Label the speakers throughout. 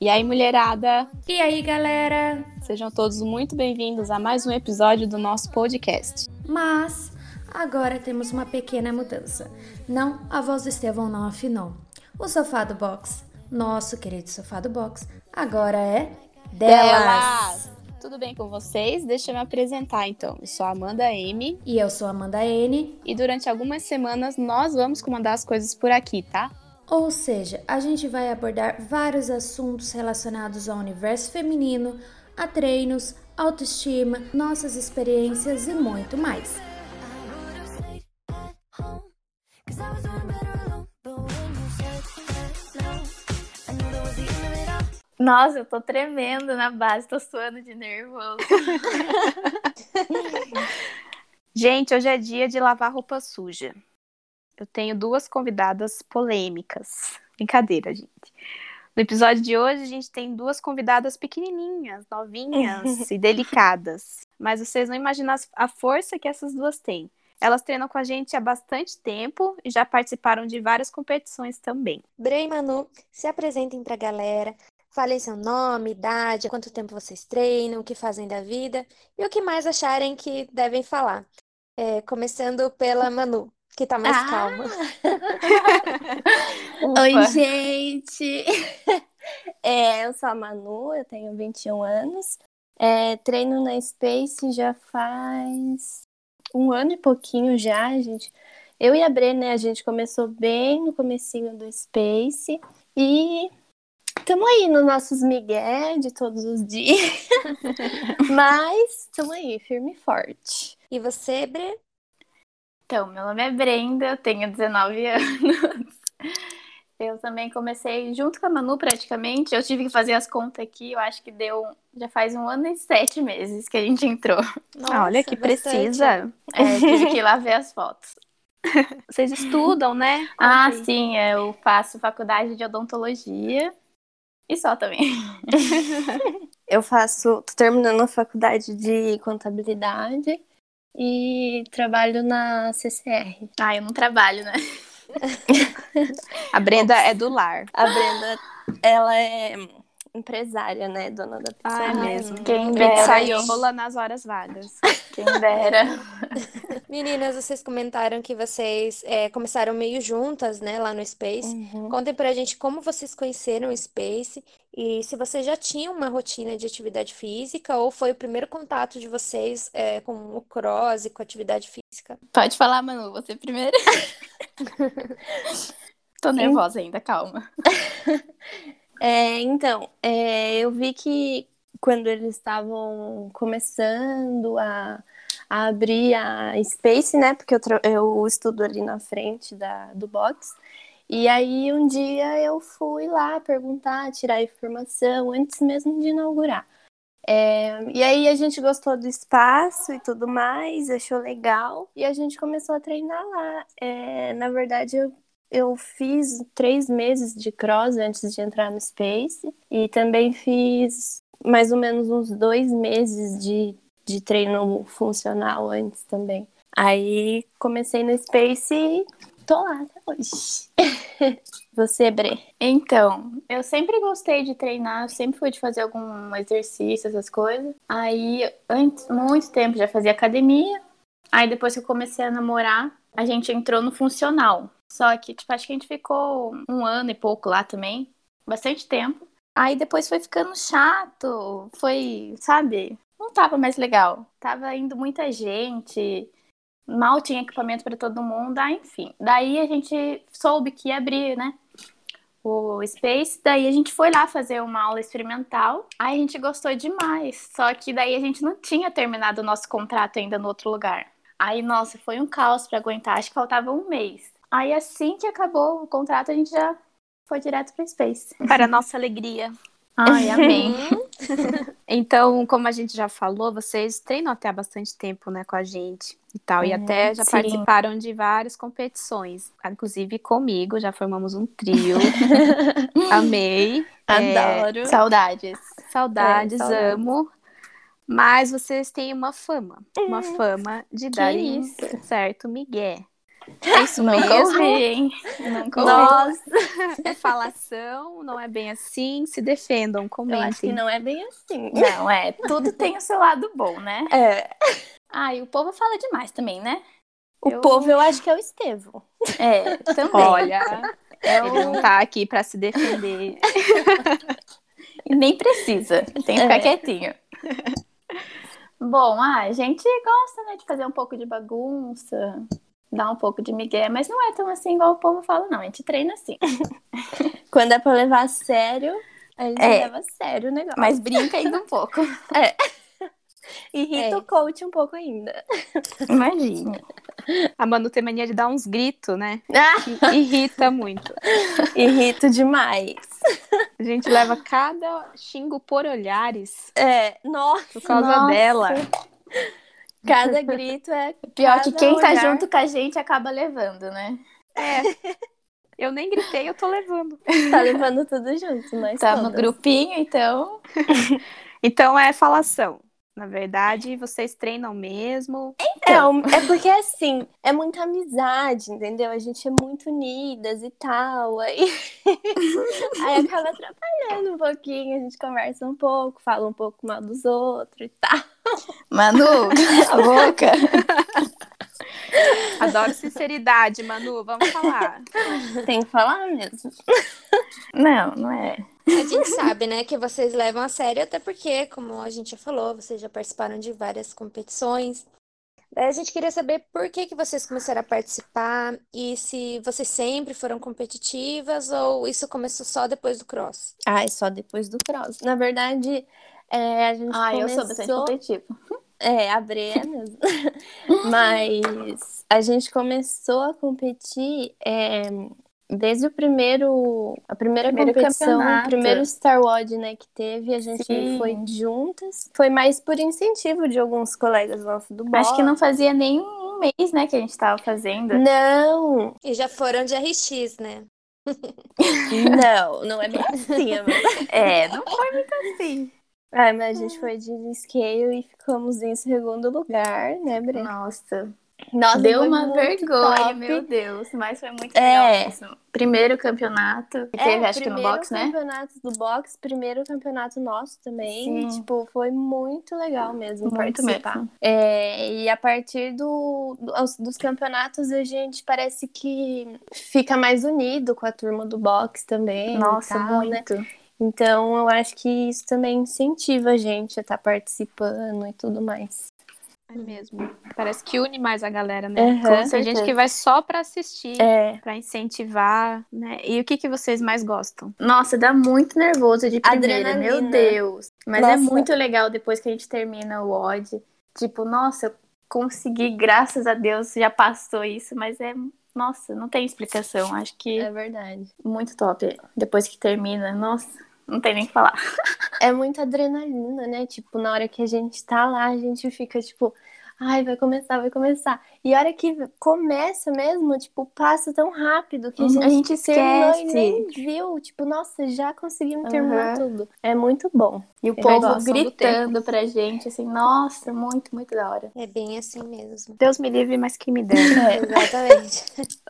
Speaker 1: E aí, mulherada?
Speaker 2: E aí, galera?
Speaker 1: Sejam todos muito bem-vindos a mais um episódio do nosso podcast.
Speaker 2: Mas agora temos uma pequena mudança. Não, a voz do Estevão não afinou. O sofá do box, nosso querido sofá do box, agora é delas.
Speaker 1: Tudo bem com vocês? Deixa eu me apresentar então. Eu sou a Amanda M
Speaker 2: E eu sou Amanda N.
Speaker 1: e durante algumas semanas nós vamos comandar as coisas por aqui, tá?
Speaker 2: Ou seja, a gente vai abordar vários assuntos relacionados ao universo feminino, a treinos, autoestima, nossas experiências e muito mais.
Speaker 3: Nossa, eu tô tremendo na base, tô suando de nervoso.
Speaker 1: Gente, hoje é dia de lavar roupa suja. Eu tenho duas convidadas polêmicas. Brincadeira, gente. No episódio de hoje, a gente tem duas convidadas pequenininhas, novinhas e delicadas. Mas vocês não imaginam as- a força que essas duas têm. Elas treinam com a gente há bastante tempo e já participaram de várias competições também.
Speaker 4: Bre e Manu, se apresentem pra galera, falem seu nome, idade, quanto tempo vocês treinam, o que fazem da vida e o que mais acharem que devem falar. É, começando pela Manu, que tá mais
Speaker 3: Ah!
Speaker 4: calma.
Speaker 3: Oi, gente! É, eu sou a Manu, eu tenho 21 anos. É, treino na Space já faz um ano e pouquinho já, a gente. Eu e a Bre, né, a gente começou bem no comecinho do Space e estamos aí nos nossos migué de todos os dias. Mas estamos aí, firme e forte.
Speaker 4: E você, Bre?
Speaker 3: Então, meu nome é Brenda, eu tenho 19 anos. Eu também comecei junto com a Manu praticamente. Eu tive que fazer as contas aqui, eu acho que deu. Já faz um ano e sete meses que a gente entrou.
Speaker 1: Ah, Olha
Speaker 4: Nossa,
Speaker 1: que
Speaker 4: bastante.
Speaker 1: precisa.
Speaker 3: É, tive que ir lá ver as fotos.
Speaker 1: Vocês estudam, né?
Speaker 3: Ah,
Speaker 1: Conta aí.
Speaker 3: sim, eu faço faculdade de odontologia. E só também.
Speaker 5: Eu faço, tô terminando a faculdade de contabilidade e trabalho na CCR.
Speaker 3: Ah, eu não trabalho, né?
Speaker 1: A Brenda é do lar.
Speaker 5: A Brenda, ela é empresária, né, dona da pizzaria.
Speaker 1: é mesmo.
Speaker 3: Ah, Quem dera. É, eu-
Speaker 1: Pizzaiola nas horas vagas.
Speaker 3: Quem dera.
Speaker 4: Meninas, vocês comentaram que vocês é, começaram meio juntas, né, lá no Space. Contem pra gente como vocês conheceram o Space e se vocês já tinham uma rotina de atividade física ou foi o primeiro contato de vocês é, com o cross e com a atividade física.
Speaker 3: Pode falar, Manu, você primeiro. Tô nervosa ainda, calma.
Speaker 5: É, então, é, eu vi que quando eles estavam começando a, a abrir a Space, né? Porque eu, tra- eu estudo ali na frente da, do box. E aí um dia eu fui lá perguntar, tirar informação antes mesmo de inaugurar. É, e aí a gente gostou do espaço e tudo mais, achou legal. E a gente começou a treinar lá. É, na verdade, eu eu fiz três meses de cross antes de entrar no Space. E também fiz mais ou menos uns dois meses de, de treino funcional antes também. Aí comecei no Space e tô lá até hoje. Você, Bre.
Speaker 3: Então, eu sempre gostei de treinar, eu sempre fui de fazer algum exercício, essas coisas. Aí, antes, muito tempo já fazia academia. Aí, depois que eu comecei a namorar, a gente entrou no funcional. Só que, tipo, acho que a gente ficou um ano e pouco lá também, bastante tempo. Aí depois foi ficando chato, foi, sabe? Não tava mais legal. Tava indo muita gente, mal tinha equipamento pra todo mundo, ah, enfim. Daí a gente soube que ia abrir, né? o Space. Daí a gente foi lá fazer uma aula experimental. Aí a gente gostou demais. Só que daí a gente não tinha terminado o nosso contrato ainda no outro lugar. Aí, nossa, foi um caos pra aguentar. Acho que faltava um mês. Aí assim que acabou o contrato, a gente já foi direto pro Space.
Speaker 5: Para nossa alegria.
Speaker 3: Ai, amém.
Speaker 1: Então, como a gente já falou, vocês treinam até há bastante tempo, né, com a gente e tal,
Speaker 5: É,
Speaker 1: e até já
Speaker 3: sim.
Speaker 1: participaram de várias competições, inclusive comigo, já formamos um trio. Amei, É,
Speaker 5: Adoro.
Speaker 3: Saudades.
Speaker 1: saudades,
Speaker 5: É, saudades.
Speaker 1: amo. Mas vocês têm uma fama, uma fama de dar
Speaker 5: É. isso.
Speaker 1: certo, Miguel. É isso
Speaker 3: Nunca ouvi,
Speaker 1: mesmo.
Speaker 3: hein? Nunca ouvi.
Speaker 1: Nossa, é falação, não é bem assim. Se defendam,
Speaker 5: Eu acho que
Speaker 1: comentem.
Speaker 5: não é bem assim.
Speaker 3: Não, é. Tudo tem o seu lado bom, né?
Speaker 5: É,
Speaker 3: Ah, e o povo fala demais também, né?
Speaker 5: o
Speaker 3: Eu-
Speaker 5: povo eu acho que é o Estevão.
Speaker 3: É, também.
Speaker 1: Olha, ele não tá aqui pra se defender.
Speaker 3: E nem precisa. Tem que ficar
Speaker 5: É.
Speaker 3: quietinho. Bom, ah, a gente gosta, né, de fazer um pouco de bagunça, dar um pouco de migué, mas não é tão assim igual o povo fala, não. A gente treina assim.
Speaker 5: Quando é pra levar a sério, a gente
Speaker 3: É.
Speaker 5: leva a sério o negócio.
Speaker 3: Mas brinca ainda um pouco.
Speaker 4: É.
Speaker 5: Irrita o coach um pouco ainda.
Speaker 3: Imagina.
Speaker 1: A Manu tem mania de dar uns gritos, né?
Speaker 5: Ah,
Speaker 1: Que irrita muito.
Speaker 5: irrito demais.
Speaker 1: A gente leva cada xingo por olhares
Speaker 5: É, nossa,
Speaker 1: por causa
Speaker 3: Nossa.
Speaker 1: dela.
Speaker 5: cada grito é
Speaker 3: Pior
Speaker 5: Cada
Speaker 3: que quem tá
Speaker 5: olhar.
Speaker 3: junto com a gente acaba levando, né?
Speaker 1: Eu nem gritei, eu tô levando.
Speaker 5: tá levando tudo junto, nós
Speaker 3: Tá no
Speaker 5: todas.
Speaker 3: grupinho, então.
Speaker 1: Então é falação. Na verdade, vocês treinam mesmo.
Speaker 5: É, um- é porque assim, é muita amizade, entendeu? A gente é muito unidas e tal. Aí, aí acaba atrapalhando um pouquinho, a gente conversa um pouco, fala um pouco mal dos outros e tal.
Speaker 3: Manu, cala a boca.
Speaker 1: Adoro sinceridade, Manu. Vamos falar.
Speaker 5: Tem que falar mesmo.
Speaker 3: Não, não é.
Speaker 4: A gente sabe, né, que vocês levam a sério, até porque, como a gente já falou, vocês já participaram de várias competições. Daí a gente queria saber por que que vocês começaram a participar e se vocês sempre foram competitivas ou isso começou só depois do cross.
Speaker 5: Ah, é só depois do cross. Na verdade, é, a gente
Speaker 3: Ah, eu
Speaker 5: começou...
Speaker 3: sou bastante competitiva.
Speaker 5: É, a Bré mesmo. Mas a gente começou a competir é, desde o primeiro, a primeira
Speaker 3: Primeiro
Speaker 5: competição,
Speaker 3: campeonato.
Speaker 5: o primeiro Star Wars, né, que teve, a gente
Speaker 3: Sim.
Speaker 5: foi juntas. Foi mais por incentivo de alguns colegas nossos do bola.
Speaker 3: Acho que não fazia nem um mês, né, que a gente tava fazendo.
Speaker 5: Não,
Speaker 4: E já foram de RX, né?
Speaker 5: não, não é bem assim, amor.
Speaker 3: É, não foi muito assim.
Speaker 5: Ai, mas a gente foi de scale e ficamos em segundo lugar, né, Bré?
Speaker 3: Nossa,
Speaker 5: Nossa,
Speaker 3: deu
Speaker 5: foi
Speaker 3: uma
Speaker 5: muito
Speaker 3: vergonha,
Speaker 5: top.
Speaker 3: meu Deus. Mas foi muito
Speaker 5: É.
Speaker 3: legal mesmo. Primeiro campeonato que teve,
Speaker 5: é,
Speaker 3: acho que no
Speaker 5: primeiro
Speaker 3: box, né?
Speaker 5: campeonato do box, primeiro campeonato nosso também.
Speaker 3: Sim.
Speaker 5: Tipo, foi muito legal mesmo
Speaker 3: Muito
Speaker 5: participar.
Speaker 3: mesmo.
Speaker 5: É, e a partir do, do- aos- dos campeonatos, a gente parece que fica mais unido com a turma do box também. e
Speaker 3: Nossa,
Speaker 5: tal, né?
Speaker 3: muito.
Speaker 5: Então, eu acho que isso também incentiva a gente a estar participando e tudo mais.
Speaker 1: É mesmo. Parece que une mais a galera, né?
Speaker 5: Aham.
Speaker 1: Tem
Speaker 3: certeza.
Speaker 1: gente que vai só pra assistir,
Speaker 5: É,
Speaker 1: pra incentivar, né? E o que, que vocês mais gostam?
Speaker 3: Nossa, dá muito nervoso de primeira,
Speaker 5: Adrenalina.
Speaker 3: meu Deus. Mas é
Speaker 5: Nossa.
Speaker 3: muito legal depois que a gente termina o WOD. Tipo, nossa, eu consegui, graças a Deus, já passou isso, mas é. Nossa, não tem explicação. Acho que é
Speaker 5: é verdade.
Speaker 3: muito top. Depois que termina, nossa, não tem nem o que falar.
Speaker 5: é muita adrenalina, né? Tipo, na hora que a gente tá lá, a gente fica tipo, ai, vai começar, vai começar. E a hora que começa mesmo, tipo, passa tão rápido que a gente,
Speaker 3: A gente
Speaker 5: terminou e
Speaker 3: esquece.
Speaker 5: nem viu. Tipo, nossa, já conseguimos terminar
Speaker 3: Aham.
Speaker 5: tudo. É muito bom.
Speaker 3: E o
Speaker 5: É
Speaker 3: povo
Speaker 5: verdade.
Speaker 3: gritando pra gente, assim, nossa, muito, muito da hora.
Speaker 4: É bem assim mesmo.
Speaker 1: Deus me livre, mas que me der.
Speaker 4: Exatamente.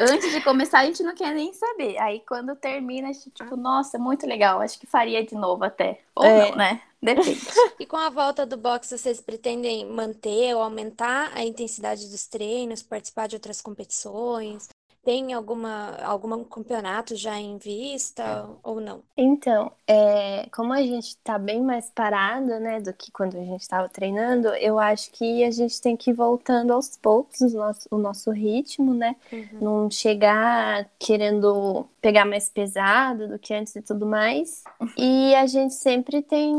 Speaker 3: Antes de começar, a gente não quer nem saber. Aí quando termina, a gente, tipo, nossa, muito legal. Acho que faria de novo até. Ou
Speaker 5: É.
Speaker 3: não, né? Depende.
Speaker 4: E com a volta do box, vocês pretendem manter ou aumentar a intensidade dos treinos, participar de outras competições? Tem alguma algum campeonato já em vista ou não?
Speaker 5: Então, é, como a gente tá bem mais parada, né, do que quando a gente tava treinando, eu acho que a gente tem que ir voltando aos poucos o nosso, o nosso ritmo, né? Não chegar querendo pegar mais pesado do que antes e tudo mais. E a gente sempre tem,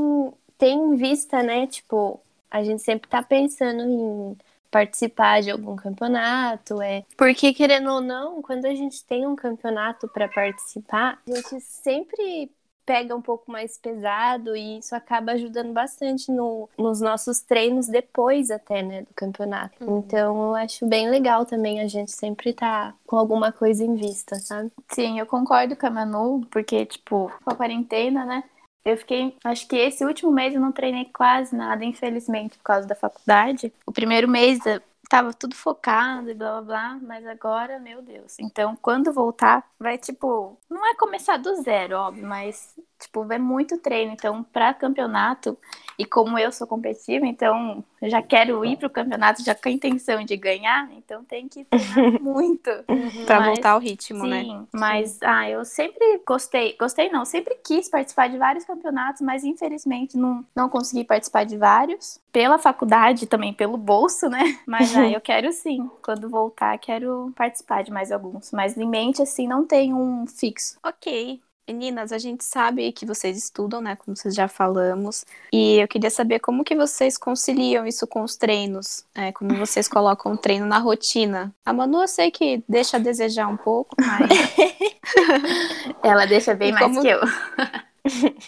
Speaker 5: tem em vista, né? Tipo, a gente sempre tá pensando em participar de algum campeonato, é. Porque querendo ou não, quando a gente tem um campeonato para participar, a gente sempre pega um pouco mais pesado e isso acaba ajudando bastante no, nos nossos treinos depois até, né, do campeonato.
Speaker 4: Uhum.
Speaker 5: Então eu acho bem legal também a gente sempre tá com alguma coisa em vista, sabe?
Speaker 3: Sim, eu concordo com a Manu, porque, tipo, com a quarentena, né? Eu fiquei. Acho que esse último mês eu não treinei quase nada, infelizmente, por causa da faculdade. O primeiro mês eh, tava tudo focado e blá blá blá, mas agora, meu Deus. Então, quando voltar, vai tipo, não é começar do zero, óbvio, mas tipo, vai muito treino. Então, para campeonato, e como eu sou competitiva, então já quero ir pro campeonato já com a intenção de ganhar, então tem que treinar muito.
Speaker 1: Pra
Speaker 3: Mas-
Speaker 1: voltar ao ritmo, né?
Speaker 3: Sim, mas ah, eu sempre gostei, gostei não, sempre quis participar de vários campeonatos, mas infelizmente não, não consegui participar de vários. Pela faculdade também, pelo bolso, né? Mas ah, eu quero sim, quando voltar, quero participar de mais alguns. Mas em mente, assim, não tem um fixo.
Speaker 1: Ok. Meninas, a gente sabe que vocês estudam, né? Como vocês já falamos. E eu queria saber como que vocês conciliam isso com os treinos. é, como vocês colocam o treino na rotina. A Manu, eu sei que deixa a desejar um pouco, mas
Speaker 3: Ela deixa bem
Speaker 1: E
Speaker 3: mais
Speaker 1: como-
Speaker 3: que eu.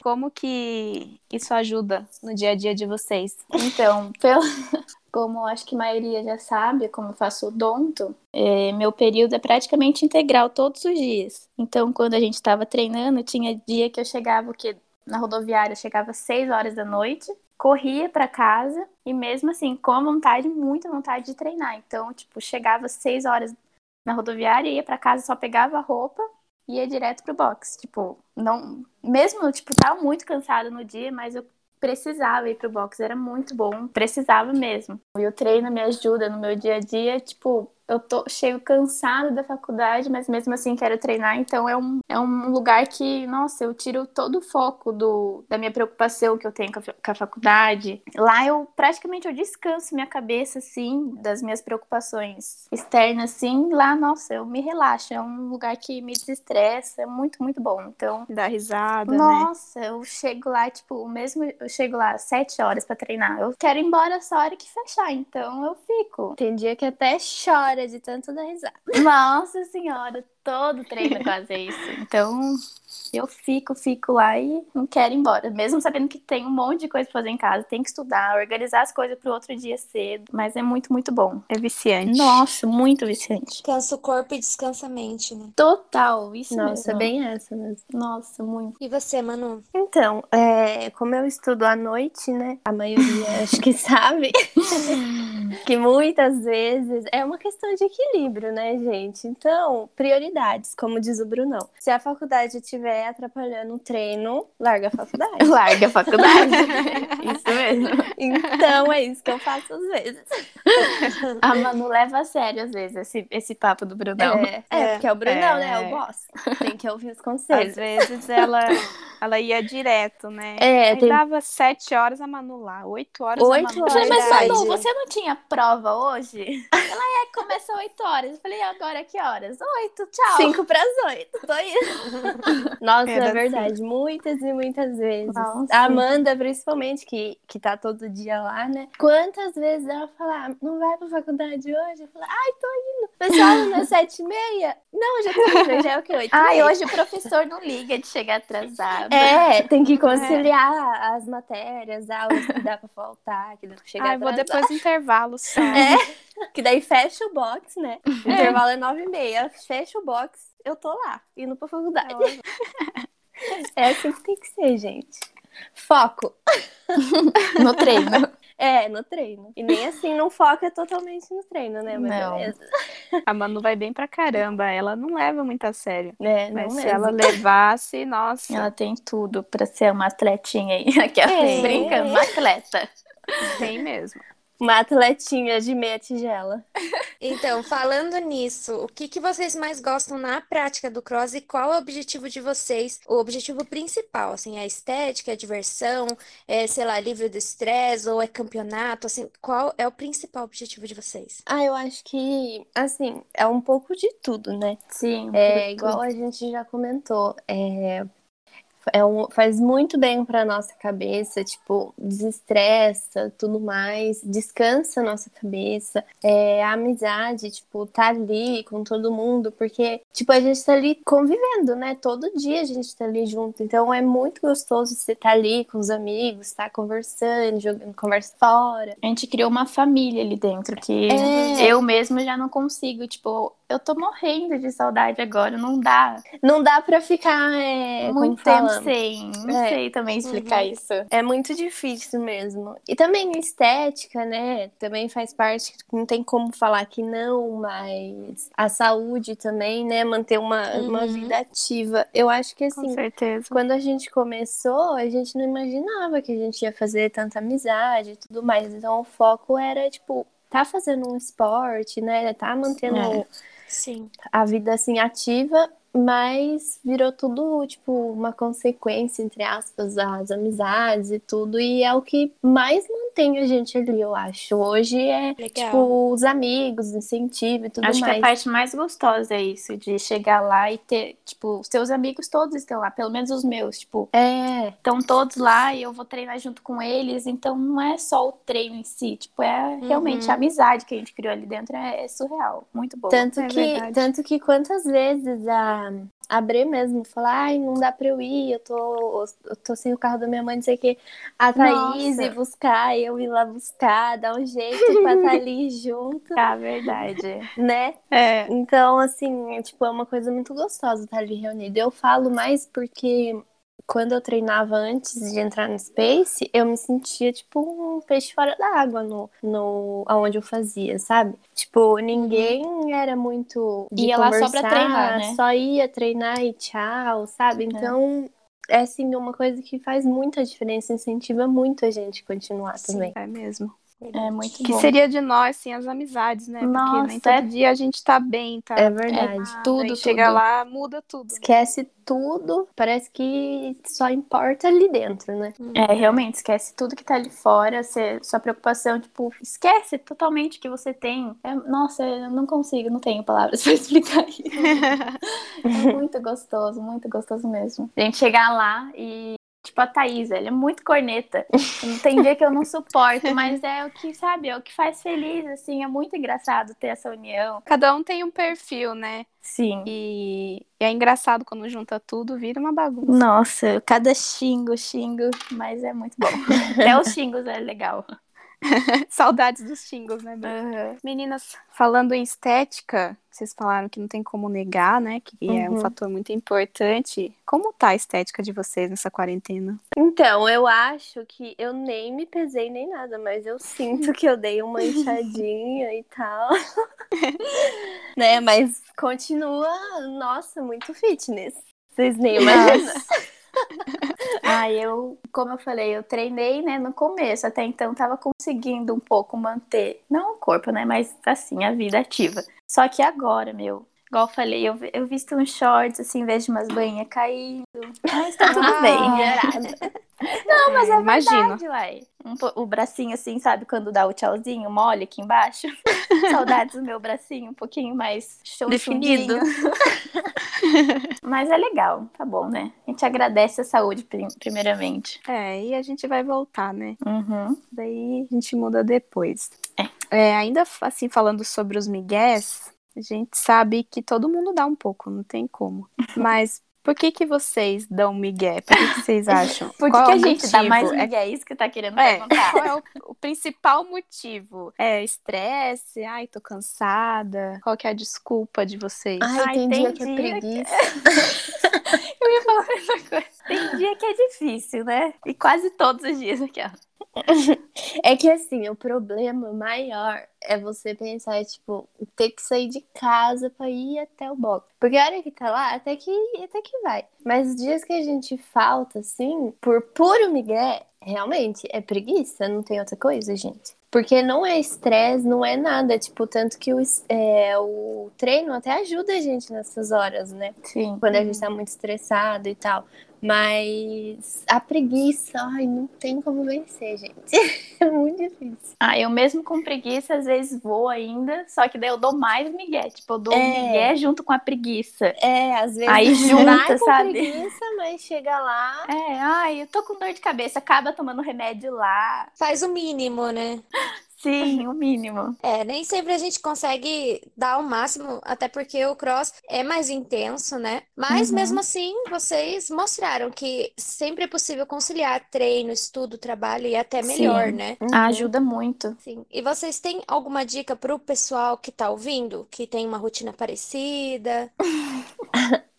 Speaker 1: como que isso ajuda no dia a dia de vocês?
Speaker 3: Então, pelo... como acho que a maioria já sabe, como eu faço odonto, é, meu período é praticamente integral todos os dias. Então, quando a gente estava treinando, tinha dia que eu chegava o quê? na rodoviária, eu chegava às 6 horas da noite, corria para casa e mesmo assim, com a vontade, muita vontade de treinar. Então, tipo, chegava às 6 horas na rodoviária, ia para casa, só pegava a roupa e ia direto pro box. Tipo, não, mesmo tipo, tava muito cansada no dia, mas eu precisava ir pro box, era muito bom, precisava mesmo. E o treino me ajuda no meu dia a dia, tipo, eu tô, chego cansada da faculdade, mas mesmo assim quero treinar, então é um, é um lugar que, nossa, eu tiro todo o foco do, da minha preocupação que eu tenho com a, fa- com a faculdade. Lá eu praticamente eu descanso minha cabeça, assim, das minhas preocupações externas, assim, lá, nossa, eu me relaxo, é um lugar que me desestressa, é muito, muito bom, então...
Speaker 1: Dar risada, né?
Speaker 3: Nossa, eu chego lá, tipo, o mesmo eu chego lá às 7 horas pra treinar. Eu quero ir embora só a hora que fechar, então eu fico.
Speaker 5: Tem dia que até chora de tanto dar risada.
Speaker 3: Nossa senhora, todo treino é quase isso. Então, eu fico, fico lá e não quero ir embora. Mesmo sabendo que tem um monte de coisa pra fazer em casa, tem que estudar, organizar as coisas pro outro dia cedo. Mas é muito, muito bom.
Speaker 1: É viciante.
Speaker 3: Nossa, muito viciante.
Speaker 4: Cansa o corpo e descansa a mente, né?
Speaker 3: Total, isso
Speaker 5: Nossa,
Speaker 3: mesmo.
Speaker 5: bem essa né? mesmo.
Speaker 3: Nossa, muito.
Speaker 4: E você, Manu?
Speaker 5: Então, é, como eu estudo à noite, né? A maioria acho que sabe que muitas vezes é uma questão de equilíbrio, né, gente? Então, prioridades, como diz o Brunão. Se a faculdade estiver atrapalhando o treino, larga a faculdade.
Speaker 3: Larga a faculdade. isso
Speaker 1: É.
Speaker 3: mesmo.
Speaker 5: Então, é isso que eu faço às vezes.
Speaker 3: A Manu leva a sério, às vezes, esse, esse papo do Brunão.
Speaker 5: É, é,
Speaker 4: É.
Speaker 5: porque é o Brunão, né? É
Speaker 1: É.
Speaker 5: o boss. Tem que ouvir os
Speaker 1: Às
Speaker 5: conselhos.
Speaker 1: vezes ela, ela ia direto, né?
Speaker 5: É,
Speaker 1: Aí
Speaker 5: tem
Speaker 1: dava sete horas a Manu lá, oito horas
Speaker 5: Oito
Speaker 1: a Manu.
Speaker 3: Eu falei, mas
Speaker 4: Verdade.
Speaker 3: Manu, você não tinha prova hoje? Ela é, começa 8 horas. Eu falei, e agora que horas? 8, tchau.
Speaker 5: Cinco para as oito, tô indo. Nossa,
Speaker 1: Era
Speaker 5: é, verdade, muitas e muitas vezes.
Speaker 3: Nossa.
Speaker 5: A Amanda, principalmente, que, que tá todo dia lá, né? Quantas vezes ela fala, "Ah, não vai pra faculdade hoje? Eu falo, ai, tô indo. Pessoal, não é sete e meia? Não, já tô indo, já é o que, oito e
Speaker 3: Ai,
Speaker 5: meia.
Speaker 3: hoje o professor não liga de chegar atrasado.
Speaker 5: É, tem que conciliar as matérias, aulas que dá pra faltar, que dá pra chegar
Speaker 1: Ai, vou
Speaker 5: atrasado.
Speaker 1: depois do intervalo só.
Speaker 5: Que daí fecha o box, né? O intervalo é nove e meia, fecha o box, eu tô lá, indo pra faculdade. É assim que tem que ser, gente. Foco.
Speaker 3: No treino.
Speaker 5: É, no treino. E nem assim não foca totalmente no treino, né? Mas
Speaker 3: Não.
Speaker 5: beleza.
Speaker 1: A Manu vai bem pra caramba, ela não leva muito a sério.
Speaker 5: É, não
Speaker 1: Mas se
Speaker 5: mesmo.
Speaker 1: ela levasse, nossa.
Speaker 3: Ela tem tudo pra ser uma atletinha aí. Aqui,
Speaker 5: É.
Speaker 3: brincando, uma atleta.
Speaker 1: Tem mesmo.
Speaker 5: Uma atletinha de meia tigela.
Speaker 4: Então, falando nisso, o que que vocês mais gostam na prática do cross e qual é o objetivo de vocês? O objetivo principal, assim, é a estética, é a diversão, é, sei lá, alívio do estresse ou é campeonato, assim, qual é o principal objetivo de vocês?
Speaker 5: Ah, eu acho que, assim, é um pouco de tudo, né?
Speaker 3: Sim.
Speaker 5: É, igual a gente já comentou, é, é um- faz muito bem para nossa cabeça, tipo, desestressa, tudo mais, descansa a nossa cabeça, é, a amizade, tipo, tá ali com todo mundo, porque, tipo, a gente tá ali convivendo, né? Todo dia a gente tá ali junto, então é muito gostoso você tá ali com os amigos, tá conversando, jogando conversa fora.
Speaker 3: A gente criou uma família ali dentro que
Speaker 5: É.
Speaker 3: eu mesma já não consigo. Tipo, eu tô morrendo de saudade agora, não dá.
Speaker 5: Não dá pra ficar é,
Speaker 3: muito
Speaker 5: como
Speaker 3: tempo
Speaker 5: fala?
Speaker 3: sem. Não
Speaker 5: É.
Speaker 3: sei também explicar isso.
Speaker 5: É muito difícil mesmo. E também estética, né? Também faz parte, não tem como falar que não, mas a saúde também, né? Manter uma, uma
Speaker 4: Uhum.
Speaker 5: vida ativa. Eu acho que assim,
Speaker 3: certeza.
Speaker 5: quando a gente começou, a gente não imaginava que a gente ia fazer tanta amizade e tudo mais. Então o foco era, tipo, tá fazendo um esporte, né? Tá mantendo
Speaker 3: É.
Speaker 4: Sim.
Speaker 5: a vida assim ativa, mas virou tudo tipo uma consequência entre aspas das amizades e tudo e é o que mais mantém a gente ali, eu acho. Hoje é
Speaker 4: Legal.
Speaker 5: tipo os amigos, incentivo e tudo
Speaker 3: Acho
Speaker 5: mais.
Speaker 3: que a parte mais gostosa é isso, de chegar lá e ter, tipo, os teus amigos todos estão lá, pelo menos os meus, tipo,
Speaker 5: É,
Speaker 3: estão todos lá e eu vou treinar junto com eles, então não é só o treino em si, tipo, é
Speaker 5: Uhum.
Speaker 3: realmente a amizade que a gente criou ali dentro é, é surreal, muito bom.
Speaker 5: tanto
Speaker 1: é
Speaker 5: que
Speaker 1: verdade.
Speaker 5: tanto que quantas vezes a a Bre mesmo falar, ai, não dá pra eu ir, eu tô, eu tô sem o carro da minha mãe, não sei o quê. A Thaís
Speaker 3: Nossa.
Speaker 5: ir buscar, eu ir lá buscar, dar um jeito pra estar ali junto,
Speaker 3: Tá, verdade.
Speaker 5: né?
Speaker 1: É.
Speaker 5: Então, assim, é, tipo, é uma coisa muito gostosa estar ali reunida. Eu falo mais porque quando eu treinava antes de entrar no Space, eu me sentia, tipo, um peixe fora da água no, no, aonde eu fazia, sabe? Tipo, ninguém era muito de
Speaker 3: Ia lá só pra
Speaker 5: conversar,
Speaker 3: treinar, né?
Speaker 5: Só ia treinar e tchau, sabe? Então... É assim, uma coisa que faz muita diferença, incentiva muito a gente continuar também.
Speaker 1: É mesmo.
Speaker 3: É muito
Speaker 1: Que
Speaker 3: bom.
Speaker 1: seria de nós sem as amizades, né? Porque nem
Speaker 3: Nossa,
Speaker 1: todo
Speaker 3: é-
Speaker 1: dia a gente tá bem, tá?
Speaker 5: É verdade.
Speaker 1: tudo,
Speaker 3: tudo,
Speaker 1: chega
Speaker 3: tudo.
Speaker 1: lá, muda tudo.
Speaker 5: Esquece tudo, parece que só importa ali dentro, né?
Speaker 3: É, realmente, esquece tudo que tá ali fora, você- sua preocupação, tipo, esquece totalmente que você tem. É, nossa, eu não consigo, não tenho palavras pra explicar isso. é muito gostoso, muito gostoso mesmo. A gente chegar lá e, tipo, a Thaís, ela é muito corneta. Não tem dia que eu não suporto, mas é o que, sabe, é o que faz feliz, assim, é muito engraçado ter essa união.
Speaker 1: Cada um tem um perfil, né?
Speaker 3: Sim.
Speaker 1: E e é engraçado quando junta tudo, vira uma bagunça.
Speaker 3: Nossa, cada xingo, xingo, mas é muito bom. Até os xingos é legal.
Speaker 1: Saudades dos xingos, né? Bru? Meninas, falando em estética, vocês falaram que não tem como negar, né? Que é
Speaker 3: Uhum.
Speaker 1: um fator muito importante. Como tá a estética de vocês nessa quarentena?
Speaker 5: Então, eu acho que eu nem me pesei nem nada, mas eu sinto que eu dei uma inchadinha e tal. né, mas continua, nossa, muito fitness. Vocês nem imaginam.
Speaker 3: Ah, eu, como eu falei, eu treinei, né, no começo, até então tava conseguindo um pouco manter, não o corpo, né, mas assim, a vida ativa. Só que agora, meu, igual eu falei, eu, eu visto uns shorts, assim, vejo umas banhinhas caindo, mas tá tudo
Speaker 1: Ah,
Speaker 3: bem.
Speaker 1: Não, mas é, imagino.
Speaker 3: Verdade, uai. Um po- o bracinho, assim, sabe, quando dá o tchauzinho mole aqui embaixo? Saudades do meu bracinho, um pouquinho mais show
Speaker 1: Definido.
Speaker 3: mas é legal, tá bom, né? A gente agradece a saúde, prim- primeiramente.
Speaker 1: É, e a gente vai voltar, né?
Speaker 3: Uhum.
Speaker 1: Daí a gente muda depois. É, ainda assim, falando sobre os migués, a gente sabe que todo mundo dá um pouco, não tem como. Mas por que que vocês dão migué? Por que, que vocês acham?
Speaker 3: Por que,
Speaker 1: Qual
Speaker 3: que
Speaker 1: é
Speaker 3: a
Speaker 1: o
Speaker 3: gente dá
Speaker 1: motivo?
Speaker 3: mais
Speaker 1: É-
Speaker 3: migué? É isso que tá querendo
Speaker 1: É,
Speaker 3: perguntar.
Speaker 1: qual é o, o principal motivo? É estresse? Ai, tô cansada. Qual que é a desculpa de vocês?
Speaker 3: Ai, tem dia que é
Speaker 5: preguiça.
Speaker 3: Eu ia falar a mesma coisa. Tem dia que é difícil, né? E quase todos os dias aqui, ó.
Speaker 5: É que assim, o problema maior é você pensar, tipo, ter que sair de casa pra ir até o box. Porque a hora que tá lá, até que, até que vai. Mas os dias que a gente falta, assim, por puro migué, realmente é preguiça, não tem outra coisa, gente. Porque não é estresse, não é nada. Tipo, tanto que o, es- é, o treino até ajuda a gente nessas horas, né?
Speaker 3: Sim.
Speaker 5: quando a gente tá muito estressado e tal. Mas a preguiça, ai, não tem como vencer, gente. É muito difícil.
Speaker 3: Ah, eu mesmo com preguiça, às vezes vou ainda, só que daí eu dou mais migué. Tipo, eu dou um
Speaker 5: É.
Speaker 3: migué junto com a preguiça.
Speaker 5: É, às vezes
Speaker 3: Aí
Speaker 5: vai
Speaker 3: junta,
Speaker 5: com
Speaker 3: sabe?
Speaker 5: preguiça, mas chega lá.
Speaker 3: É, ai, eu tô com dor de cabeça, acaba tomando remédio lá.
Speaker 4: Faz o mínimo, né?
Speaker 3: Sim, o mínimo.
Speaker 4: É, nem sempre a gente consegue dar o máximo, até porque o cross é mais intenso, né? Mas
Speaker 3: Uhum.
Speaker 4: mesmo assim, vocês mostraram que sempre é possível conciliar treino, estudo, trabalho e até melhor,
Speaker 3: Sim.
Speaker 1: Uhum.
Speaker 4: né?
Speaker 3: Ajuda muito.
Speaker 4: Sim. E vocês têm alguma dica pro pessoal que tá ouvindo, que tem uma rotina parecida?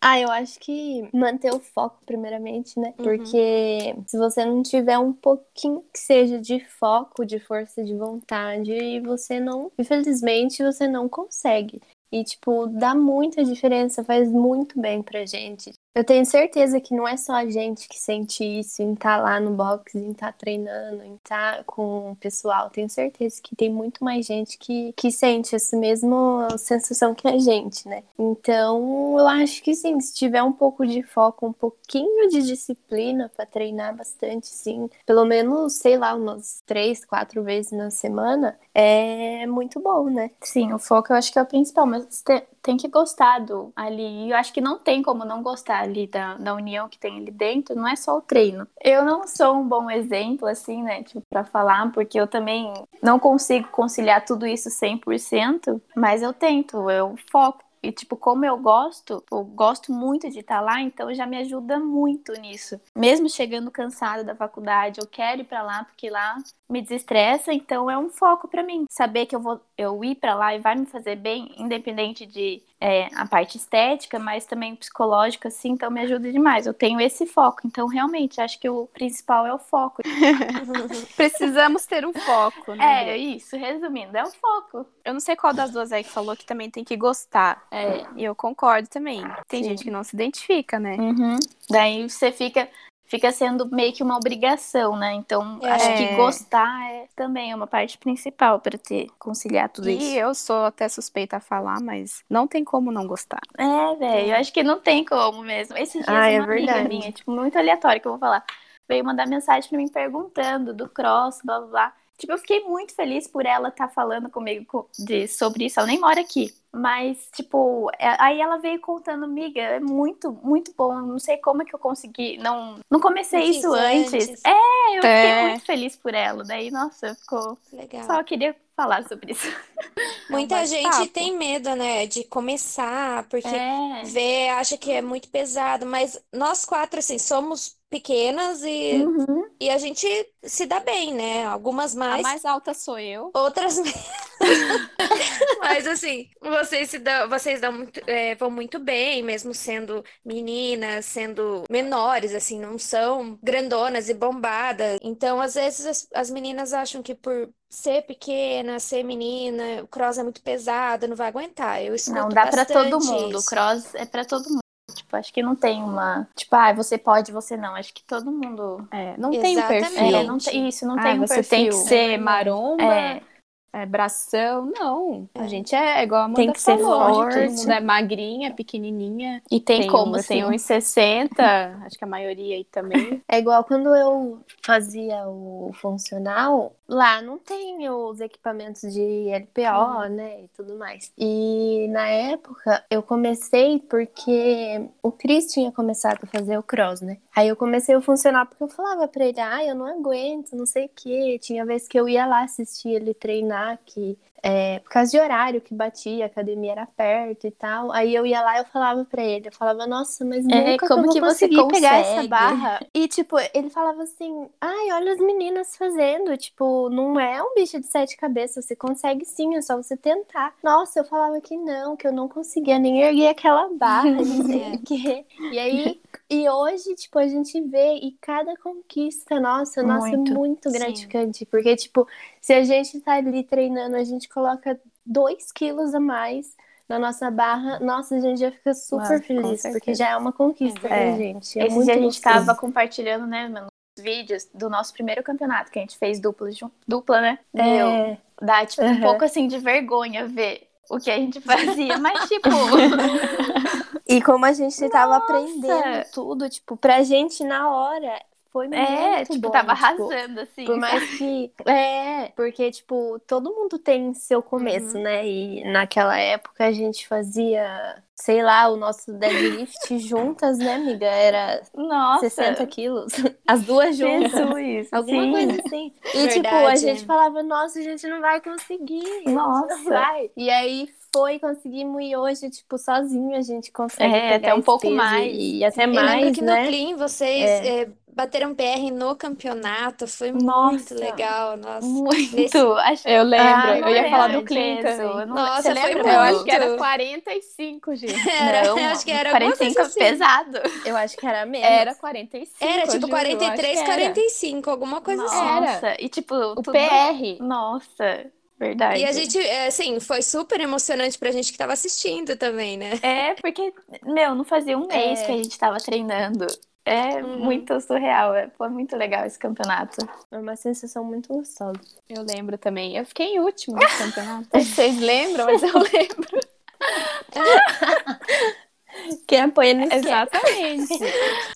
Speaker 5: Ah, eu acho que manter o foco, primeiramente, né?
Speaker 4: Uhum.
Speaker 5: Porque se você não tiver um pouquinho que seja de foco, de força de vontade, e você não, infelizmente, você não consegue. E, tipo, dá muita diferença, faz muito bem pra gente. Eu tenho certeza que não é só a gente que sente isso em estar lá no box, em estar treinando, em estar com o pessoal. Tenho certeza que tem muito mais gente que, que sente essa mesma sensação que a gente, né? Então, eu acho que sim, se tiver um pouco de foco, um pouquinho de disciplina pra treinar bastante, sim, pelo menos, sei lá, umas três, quatro vezes na semana, é muito bom, né?
Speaker 3: Sim, o foco eu acho que é o principal, mas você te- tem que gostar do ali. E eu acho que não tem como não gostar ali da, da união que tem ali dentro, não é só o treino. Eu não sou um bom exemplo, assim, né, tipo, pra falar, porque eu também não consigo conciliar tudo isso 100%, mas eu tento, eu foco. E, tipo, como eu gosto, eu gosto muito de estar lá, então já me ajuda muito nisso. Mesmo chegando cansada da faculdade, eu quero ir pra lá, porque lá me desestressa, então é um foco pra mim. Saber que eu vou eu ir pra lá e vai me fazer bem, independente de é, a parte estética, mas também psicológica, assim, então me ajuda demais. Eu tenho esse foco, então realmente acho que o principal é o foco.
Speaker 1: Precisamos ter um foco, né?
Speaker 3: É, isso, resumindo, é o foco.
Speaker 1: Eu não sei qual das duas aí que falou que também tem que gostar.
Speaker 3: É.
Speaker 1: E eu concordo também. Tem
Speaker 3: Sim.
Speaker 1: gente que não se identifica, né?
Speaker 3: Uhum. Daí você fica fica sendo meio que uma obrigação, né? Então,
Speaker 4: É.
Speaker 3: acho que gostar é também uma parte principal pra ter conciliar tudo isso.
Speaker 1: E eu sou até suspeita a falar, mas não tem como não gostar.
Speaker 3: É, velho, eu acho que não tem como mesmo. Esses dias
Speaker 5: Ah, é
Speaker 3: uma amiga
Speaker 5: verdade.
Speaker 3: minha, tipo, muito aleatória que eu vou falar, veio mandar mensagem pra mim perguntando do cross, blá blá blá. Tipo, eu fiquei muito feliz por ela estar falando comigo co- de, sobre isso. Ela nem mora aqui. Mas, tipo, é- aí ela veio contando, amiga, é muito, muito bom. eu Não sei como é que eu consegui. Não, não comecei
Speaker 4: Não fiz
Speaker 3: isso antes.
Speaker 4: antes.
Speaker 3: É, eu fiquei
Speaker 1: É.
Speaker 3: muito feliz por ela. Daí, nossa, ficou.
Speaker 4: Legal.
Speaker 3: Só queria falar sobre isso.
Speaker 4: Muita gente
Speaker 1: bate-papo.
Speaker 4: tem medo, né, de começar, porque
Speaker 3: É.
Speaker 4: vê, acha que é muito pesado, mas nós quatro, assim, somos pequenas e,
Speaker 3: Uhum. Ah,
Speaker 4: e a gente se dá bem, né? Algumas mais,
Speaker 1: alta sou eu.
Speaker 4: outras menos. Mas assim, vocês se dão, vocês dão muito, é, vão muito bem, mesmo sendo meninas, sendo menores, assim, não são grandonas e bombadas. Então, às vezes, as, as meninas acham que por ser pequena, ser menina, o cross é muito pesado, não vai aguentar. Eu escuto
Speaker 3: Não, dá pra todo
Speaker 4: bastante
Speaker 3: mundo. O
Speaker 4: isso.
Speaker 3: cross é pra todo mundo. Tipo, acho que não tem uma. Tipo, ah, você pode, você não. Acho que todo mundo.
Speaker 1: É, não tem um
Speaker 4: Exatamente.
Speaker 1: perfil.
Speaker 3: É, não tem isso, não
Speaker 1: Ah,
Speaker 3: tem um
Speaker 1: você
Speaker 3: perfil.
Speaker 1: tem que ser
Speaker 3: É.
Speaker 1: maromba,
Speaker 3: É,
Speaker 1: é bração. Não, a gente é igual a Amanda
Speaker 3: Tem que ser
Speaker 1: falou,
Speaker 3: forte.
Speaker 1: Todo mundo é magrinha, pequenininha.
Speaker 3: e tem, como,
Speaker 1: um-
Speaker 3: assim.
Speaker 1: Tem 1,60, acho que a maioria aí também.
Speaker 5: É igual quando eu fazia o funcional, lá não tem os equipamentos de LPO, né, e tudo mais. E na época eu comecei porque o Cris tinha começado a fazer o cross, né? Aí eu comecei o funcional porque eu falava pra ele, ah, eu não aguento, não sei o quê. Tinha vez que eu ia lá assistir ele treinar, que é, por causa de horário que batia, a academia era perto e tal. Aí eu ia lá e eu falava pra ele, eu falava, nossa, mas nunca
Speaker 3: É,
Speaker 5: que eu
Speaker 3: como
Speaker 5: vou
Speaker 3: que você
Speaker 5: conseguir pegar essa
Speaker 3: consegue?
Speaker 5: barra. E, tipo, ele falava assim, ai, olha as meninas fazendo, tipo, não é um bicho de sete cabeças, você consegue sim, é só você tentar. Nossa, eu falava que não, que eu não conseguia nem erguer aquela barra, não sei o quê. é. E aí, e hoje, tipo, a gente vê, e cada conquista, nossa, nossa, é
Speaker 3: Muito.
Speaker 5: muito
Speaker 4: Sim.
Speaker 5: gratificante, porque, tipo, se a gente tá ali treinando, a gente coloca dois quilos a mais na nossa barra, nossa, a gente já fica super
Speaker 1: Nossa, com
Speaker 5: feliz, porque
Speaker 1: certeza.
Speaker 5: já é uma conquista pra
Speaker 1: É.
Speaker 5: gente. É
Speaker 3: Esse
Speaker 5: muito
Speaker 3: dia a gente
Speaker 5: gostoso.
Speaker 3: tava compartilhando, né, mano, os vídeos do nosso primeiro campeonato, que a gente fez dupla, jun- dupla né? E eu-
Speaker 5: É,
Speaker 3: Dá, tipo, um
Speaker 5: Aham.
Speaker 3: pouco assim de vergonha ver o que a gente fazia, mas, tipo,
Speaker 5: E como a gente tava aprendendo
Speaker 3: Nossa!
Speaker 5: tudo, tipo, pra gente na hora foi muito
Speaker 3: É, tipo,
Speaker 5: bom.
Speaker 3: tava
Speaker 5: tipo,
Speaker 3: arrasando, assim.
Speaker 5: Por mais que. É, porque, tipo, todo mundo tem seu começo, né? E naquela época a gente fazia, sei lá, o nosso deadlift juntas, né, amiga? Era
Speaker 3: Nossa,
Speaker 5: 60 quilos. As duas juntas.
Speaker 3: Jesus.
Speaker 5: Alguma
Speaker 3: sim.
Speaker 5: coisa assim. E, tipo, a
Speaker 4: Verdade.
Speaker 5: gente falava, nossa, a gente não vai conseguir.
Speaker 3: Nossa.
Speaker 5: Não vai. E aí foi, conseguimos. E hoje, tipo, sozinho a gente consegue.
Speaker 3: É,
Speaker 5: pegar
Speaker 3: até um
Speaker 5: esse
Speaker 3: pouco
Speaker 5: peso
Speaker 3: mais.
Speaker 5: E até
Speaker 4: Eu lembro
Speaker 5: mais,
Speaker 4: que
Speaker 5: né?
Speaker 4: no Clean vocês
Speaker 5: É.
Speaker 4: eh, bateram PR no campeonato, foi
Speaker 5: Nossa.
Speaker 4: muito legal, nossa.
Speaker 3: Muito.
Speaker 4: Nesse-
Speaker 3: Acho...
Speaker 1: Eu lembro,
Speaker 3: Ah,
Speaker 1: eu
Speaker 3: não
Speaker 1: ia
Speaker 3: lembro
Speaker 1: falar do
Speaker 3: disso.
Speaker 1: Clean também.
Speaker 3: Eu não-
Speaker 4: Nossa,
Speaker 3: você
Speaker 4: foi
Speaker 3: lembra?
Speaker 4: muito.
Speaker 1: Eu acho que era 45, gente.
Speaker 4: Era,
Speaker 3: Não,
Speaker 4: eu acho que era alguma
Speaker 3: 45
Speaker 4: coisa assim.
Speaker 3: é pesado.
Speaker 5: Eu acho que era mesmo.
Speaker 1: Era 45.
Speaker 4: Era tipo
Speaker 1: eu juro, eu acho que
Speaker 4: 43,
Speaker 1: era.
Speaker 4: 45, alguma coisa assim.
Speaker 3: Nossa, e tipo,
Speaker 1: O
Speaker 3: tudo-
Speaker 1: PR.
Speaker 3: Nossa, verdade.
Speaker 4: E a gente, eh, assim, foi super emocionante pra gente que tava assistindo também, né?
Speaker 3: É, porque, meu, não fazia um mês
Speaker 5: É.
Speaker 3: que a gente tava treinando. É
Speaker 4: Uhum.
Speaker 3: muito surreal. é- Foi muito legal esse campeonato.
Speaker 5: É uma sensação muito gostosa.
Speaker 1: Eu lembro também. Eu fiquei em último no campeonato. Vocês lembram, mas eu lembro.
Speaker 5: Quem apoia não esquece.
Speaker 1: Exatamente.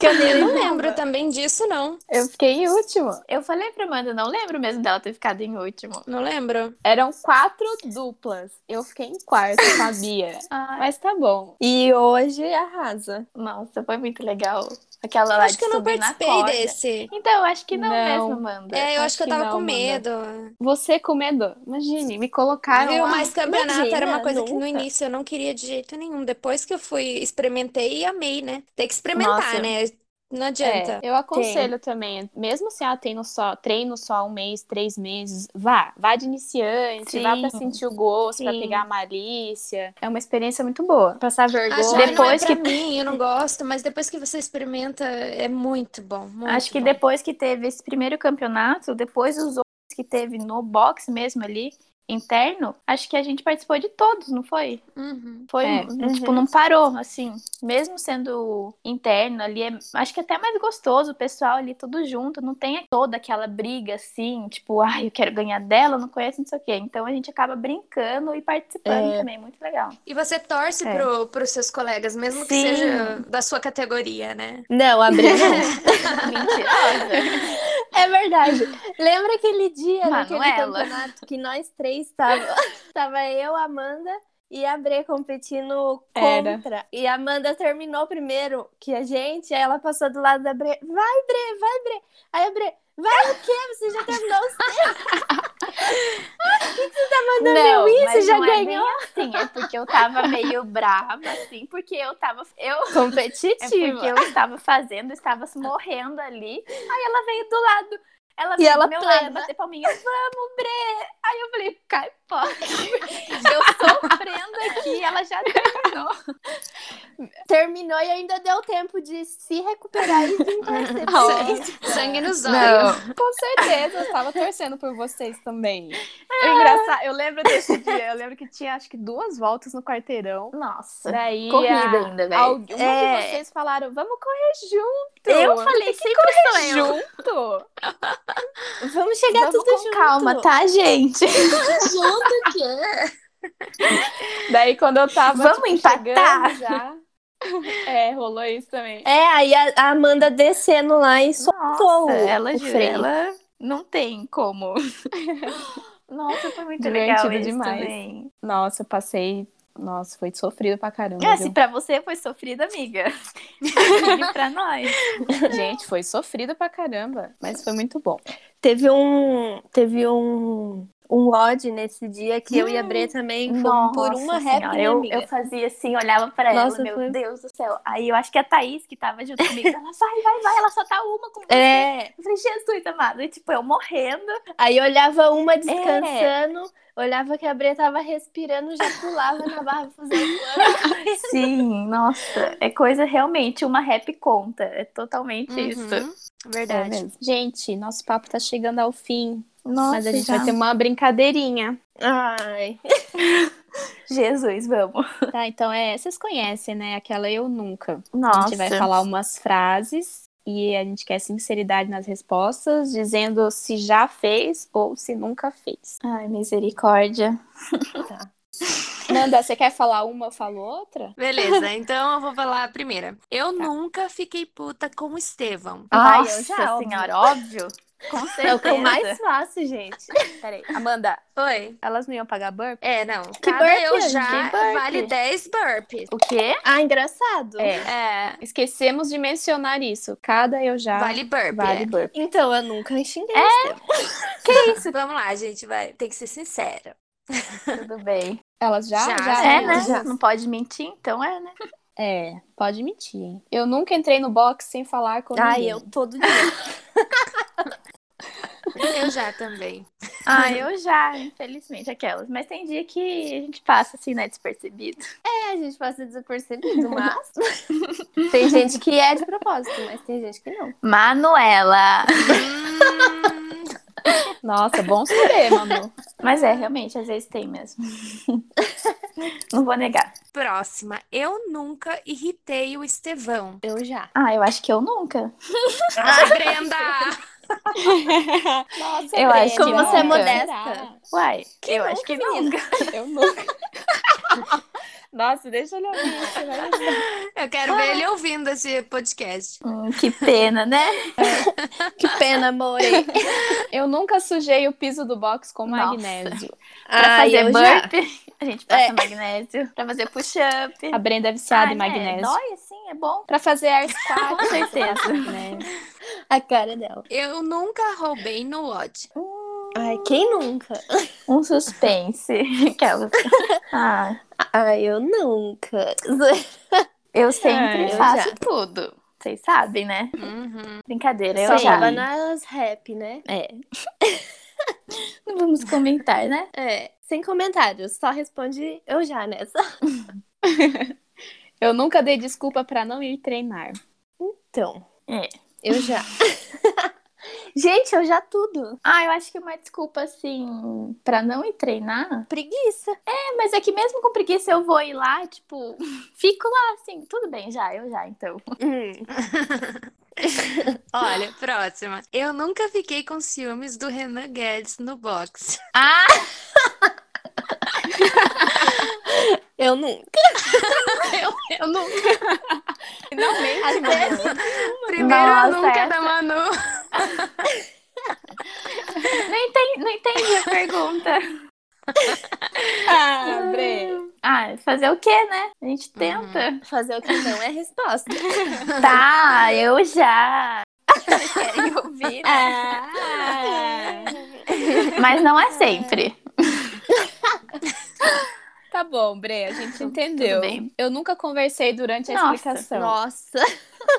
Speaker 4: Que eu nem lembro também disso, não.
Speaker 1: Eu fiquei em último.
Speaker 3: Eu falei pra Amanda, não lembro mesmo dela ter ficado em último.
Speaker 4: Não lembro.
Speaker 1: Eram quatro duplas. Eu fiquei em quarto, sabia?
Speaker 3: Ai,
Speaker 1: Mas tá bom.
Speaker 5: E hoje arrasa.
Speaker 3: nossa, foi muito legal. Aquela
Speaker 4: Eu
Speaker 3: lá
Speaker 4: acho
Speaker 3: de
Speaker 4: que eu não
Speaker 3: subir na
Speaker 4: participei
Speaker 3: corda.
Speaker 4: desse.
Speaker 3: Então, eu acho que não,
Speaker 1: Não.
Speaker 3: mesmo, Amanda.
Speaker 4: É, eu acho que eu
Speaker 1: que
Speaker 4: tava
Speaker 1: não,
Speaker 4: com
Speaker 1: Amanda.
Speaker 4: medo.
Speaker 1: Você com medo? Imagine, me colocaram
Speaker 4: Viu?
Speaker 1: lá.
Speaker 4: Mas campeonato era uma
Speaker 5: imagina,
Speaker 4: coisa que no
Speaker 5: nunca.
Speaker 4: início eu não queria de jeito nenhum. Depois que eu fui, experimentei e amei, né? Tem que experimentar,
Speaker 3: Nossa.
Speaker 4: né? Não adianta.
Speaker 1: É, eu aconselho também, mesmo se ah, treino só, treino só um mês, três meses, vá, vá de iniciante,
Speaker 3: Sim.
Speaker 1: vá pra sentir o gosto, pra
Speaker 3: Sim.
Speaker 1: pegar a malícia. É uma experiência muito boa. Passar vergonha.
Speaker 4: Acho que
Speaker 1: Depois
Speaker 4: não
Speaker 1: que
Speaker 4: é pra mim, eu não gosto, mas depois que você experimenta, é muito bom. muito
Speaker 3: Acho que
Speaker 4: bom.
Speaker 3: depois que teve esse primeiro campeonato, depois os outros que teve no box mesmo ali, interno, acho que a gente participou de todos, não foi?
Speaker 4: Uhum.
Speaker 3: Foi,
Speaker 1: É.
Speaker 3: tipo, não parou, assim. Mesmo sendo interno ali, é- acho que é até mais gostoso o pessoal ali tudo junto, não tem toda aquela briga assim, tipo, ai, eu quero ganhar dela, eu não conheço, não sei o quê. Então a gente acaba brincando e participando também, muito legal.
Speaker 4: E você torce
Speaker 3: É.
Speaker 4: pro, pros seus colegas, mesmo que
Speaker 3: Sim.
Speaker 4: seja da sua categoria, né?
Speaker 5: Não, abri
Speaker 3: Mentirosa.
Speaker 5: É verdade. Lembra aquele dia daquele
Speaker 3: Manuela.
Speaker 5: campeonato que nós três tava, tava eu, Amanda e a Bre competindo
Speaker 1: Era.
Speaker 5: contra. E a Amanda terminou primeiro que a gente, aí ela passou do lado da Bre. Vai, Bre, vai, Bre. Aí a Bre, vai o quê? Você já terminou os seus? O que, que você tá mandando eu
Speaker 3: Não,
Speaker 5: ir? Você
Speaker 3: mas é
Speaker 5: já
Speaker 3: não é bem
Speaker 5: ganhou?
Speaker 3: assim, é porque eu tava meio brava, assim, porque eu tava. Eu, é
Speaker 5: Competitivo.
Speaker 3: porque eu estava fazendo, estava se morrendo ali. Aí ela veio do lado. Ela tá, né?
Speaker 5: E
Speaker 3: veio
Speaker 5: ela
Speaker 3: do meu
Speaker 5: plena.
Speaker 3: lado bater palminha, vamos, Bre! Aí eu falei, cai fora. Eu sofrendo aqui, ela já terminou.
Speaker 5: Terminou e ainda deu tempo de se recuperar e vir torcer pra gente.
Speaker 4: Sangue nos olhos.
Speaker 1: Não, com certeza, eu tava torcendo por vocês também.
Speaker 3: É engraçado, eu lembro desse.
Speaker 1: Eu lembro que tinha acho que duas voltas no quarteirão.
Speaker 3: Nossa,
Speaker 1: Daí
Speaker 3: corrida
Speaker 1: a-
Speaker 3: ainda, velho.
Speaker 1: alguma
Speaker 5: É.
Speaker 1: de vocês falaram, vamos correr junto.
Speaker 3: Eu falei, sempre sou eu.
Speaker 1: junto.
Speaker 5: Vamos chegar
Speaker 3: Vamos
Speaker 5: tudo
Speaker 3: com
Speaker 5: junto.
Speaker 3: calma, tá, gente?
Speaker 5: Junto que é.
Speaker 1: Daí quando eu tava
Speaker 3: Vamos
Speaker 1: tipo,
Speaker 3: empatar?
Speaker 1: chegando já. É, rolou isso também.
Speaker 5: É, aí a a Amanda descendo lá e soltou. o-
Speaker 3: Nossa, ela
Speaker 5: o
Speaker 3: jura,
Speaker 5: freio.
Speaker 3: ela não tem como. Nossa, foi muito
Speaker 1: Divertido
Speaker 3: legal esse
Speaker 1: demais.
Speaker 3: também.
Speaker 1: Nossa, eu passei. Nossa, foi sofrido pra caramba.
Speaker 3: É, se
Speaker 1: viu?
Speaker 3: pra você foi sofrida, amiga. E pra nós.
Speaker 1: Gente, foi sofrido pra caramba. Mas foi muito bom.
Speaker 5: Teve um. Teve um. Um odd nesse dia que eu e a Bre também fomos um por uma
Speaker 3: Nossa
Speaker 5: rap,
Speaker 3: Senhora,
Speaker 5: né,
Speaker 3: eu,
Speaker 5: amiga?
Speaker 3: eu fazia assim, olhava pra
Speaker 5: Nossa,
Speaker 3: ela, meu
Speaker 5: foi-
Speaker 3: Deus do céu. Aí eu acho que a Thaís, que tava junto comigo, ela vai, vai, vai, ela só tá uma com você.
Speaker 5: É,
Speaker 3: Eu falei, Jesus amado. E tipo, eu morrendo.
Speaker 5: aí olhava uma descansando, olhava que a Bre tava respirando, já pulava na barra fazendo
Speaker 3: Sim, nossa. É coisa realmente, uma rap conta. É totalmente
Speaker 4: Uhum,
Speaker 3: isso.
Speaker 1: É
Speaker 4: Verdade.
Speaker 1: mesmo. Gente, nosso papo tá chegando ao fim.
Speaker 3: Nossa,
Speaker 1: mas a gente
Speaker 3: já.
Speaker 1: vai ter uma brincadeirinha.
Speaker 5: Ai.
Speaker 3: Jesus, vamos.
Speaker 1: Tá, então é. Vocês conhecem, né? Aquela eu nunca.
Speaker 3: Nossa.
Speaker 1: A gente vai falar umas frases e a gente quer sinceridade nas respostas, dizendo se já fez ou se nunca fez.
Speaker 3: Ai, misericórdia.
Speaker 1: Nanda, você quer falar uma, eu falo outra?
Speaker 4: Beleza, então eu vou falar a primeira. Eu nunca fiquei puta com o Estevão.
Speaker 1: Ai,
Speaker 3: Nossa
Speaker 1: eu já,
Speaker 3: Senhora,
Speaker 1: senhora, óbvio.
Speaker 3: Com
Speaker 5: É o que eu
Speaker 3: certeza.
Speaker 5: mais faço, gente.
Speaker 1: Peraí, Amanda,
Speaker 4: Oi.
Speaker 1: elas não iam pagar burp?
Speaker 4: É, não.
Speaker 5: Que
Speaker 4: Cada
Speaker 5: burpee,
Speaker 4: eu
Speaker 5: Andy?
Speaker 4: já
Speaker 5: Que burpee?
Speaker 4: vale 10 burpees.
Speaker 1: O quê?
Speaker 5: Ah, engraçado.
Speaker 1: É.
Speaker 4: É,
Speaker 1: Esquecemos de mencionar isso. Cada eu já Tá. vale,
Speaker 4: vale burpee. é.
Speaker 1: burp.
Speaker 5: Então, eu nunca xinguei.
Speaker 4: Que isso? Então, Vamos lá, gente, vai. Tem que ser sincera.
Speaker 1: Tudo bem. Elas já?
Speaker 4: Já,
Speaker 1: né?
Speaker 3: É, né?
Speaker 5: Já.
Speaker 3: Não pode mentir, então é, né?
Speaker 1: É, pode mentir, hein? Eu nunca entrei no box sem falar com
Speaker 5: Ai,
Speaker 1: ninguém.
Speaker 5: eu todo dia.
Speaker 4: Eu já também.
Speaker 3: Ah, eu já, infelizmente, aquelas. Mas tem dia que a gente passa assim, né, despercebido.
Speaker 5: É, a gente passa desapercebido, mas. tem gente que é de propósito, mas tem gente que não.
Speaker 3: Manuela!
Speaker 4: Hum,
Speaker 1: Nossa, bom saber, Manu.
Speaker 3: Mas é, realmente, às vezes tem mesmo. Não vou negar.
Speaker 4: próxima. Eu nunca irritei o Estevão.
Speaker 5: Eu já.
Speaker 3: Ah, eu acho que eu nunca.
Speaker 4: Ai, Brenda!
Speaker 5: Nossa,
Speaker 1: Eu acho que
Speaker 5: como você é
Speaker 1: nunca.
Speaker 5: modesta.
Speaker 3: Uai, eu acho que nunca.
Speaker 1: Eu nunca. Nossa, deixa ele ouvir isso, vai ver.
Speaker 4: Eu quero ver ele ouvindo esse podcast.
Speaker 3: Hum, que pena, né?
Speaker 5: Que pena, amor. Pra
Speaker 1: Eu nunca sujei o piso do box com
Speaker 3: Nossa.
Speaker 1: magnésio.
Speaker 3: Pra fazer
Speaker 5: eu já.
Speaker 3: burp, a gente passa
Speaker 5: É.
Speaker 3: magnésio. Pra fazer push-up.
Speaker 1: A Brenda é viciada
Speaker 3: Ah,
Speaker 1: em
Speaker 3: né?
Speaker 1: magnésio.
Speaker 3: Dói, assim, é bom.
Speaker 1: Pra fazer air squat,
Speaker 3: Com certeza.
Speaker 1: né?
Speaker 5: A cara dela.
Speaker 4: Eu nunca roubei no Watch.
Speaker 5: Ai, quem nunca?
Speaker 3: Um suspense. Aquela. Ah,
Speaker 5: Ai, eu nunca.
Speaker 3: eu sempre
Speaker 1: É,
Speaker 5: eu
Speaker 3: faço
Speaker 5: já.
Speaker 3: tudo. Vocês sabem, né?
Speaker 4: Uhum.
Speaker 3: Brincadeira, eu
Speaker 5: Só
Speaker 3: já.
Speaker 5: tava nas rap, né?
Speaker 3: É. Não vamos comentar, né?
Speaker 5: É. Sem comentários, só responde eu já nessa.
Speaker 1: Eu nunca dei desculpa pra não ir treinar.
Speaker 5: Então.
Speaker 3: É.
Speaker 5: Eu já. gente, eu já tudo.
Speaker 3: Ah, eu acho que uma desculpa, assim, pra não ir treinar.
Speaker 5: Preguiça.
Speaker 3: É, mas é que mesmo com preguiça eu vou ir lá, tipo, fico lá, assim, tudo bem, já, eu já, então.
Speaker 4: Olha, próxima. Eu nunca fiquei com ciúmes do Renan Guedes no box.
Speaker 3: Ah,
Speaker 5: Eu nunca.
Speaker 1: Eu nunca.
Speaker 5: Às
Speaker 1: Finalmente,
Speaker 5: vezes-
Speaker 1: Manu.
Speaker 4: Primeiro
Speaker 3: Nossa,
Speaker 4: eu nunca
Speaker 3: essa-
Speaker 4: da Manu.
Speaker 3: não entendi, não entendi a pergunta.
Speaker 1: Ah, Bre.
Speaker 3: Ah, fazer o quê, né? A
Speaker 5: Uhum.
Speaker 3: gente tenta.
Speaker 5: Fazer o que não é resposta.
Speaker 3: Tá, eu já. Vocês querem ouvir, né?
Speaker 1: Ah,
Speaker 3: Mas não é sempre.
Speaker 1: tá bom, Bre, a gente entendeu.
Speaker 3: Tudo bem.
Speaker 1: Eu nunca conversei durante a
Speaker 3: Nossa,
Speaker 1: explicação.
Speaker 5: Nossa,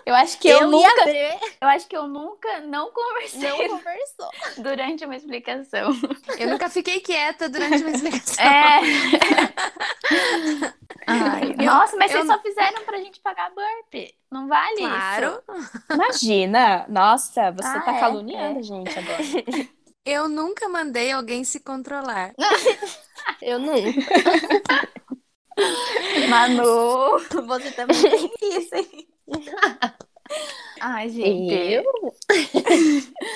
Speaker 1: Eu acho que
Speaker 5: eu,
Speaker 1: eu,
Speaker 5: eu
Speaker 1: nunca.
Speaker 5: e a Bre
Speaker 3: Eu acho que eu nunca não conversei
Speaker 5: não conversou.
Speaker 3: durante uma explicação.
Speaker 4: Eu nunca fiquei quieta durante uma explicação.
Speaker 3: É. Ai,
Speaker 4: Eu-
Speaker 3: nossa, mas
Speaker 4: eu-
Speaker 3: vocês só fizeram pra gente pagar burp. Não vale isso.
Speaker 4: Claro.
Speaker 1: Imagina! Nossa, você
Speaker 3: Ah,
Speaker 1: tá
Speaker 3: é?
Speaker 1: caluniando a gente agora.
Speaker 4: Eu nunca mandei alguém se controlar.
Speaker 5: Eu nunca.
Speaker 3: Manu.
Speaker 5: Você também tem isso, hein?
Speaker 3: Ai, gente. é.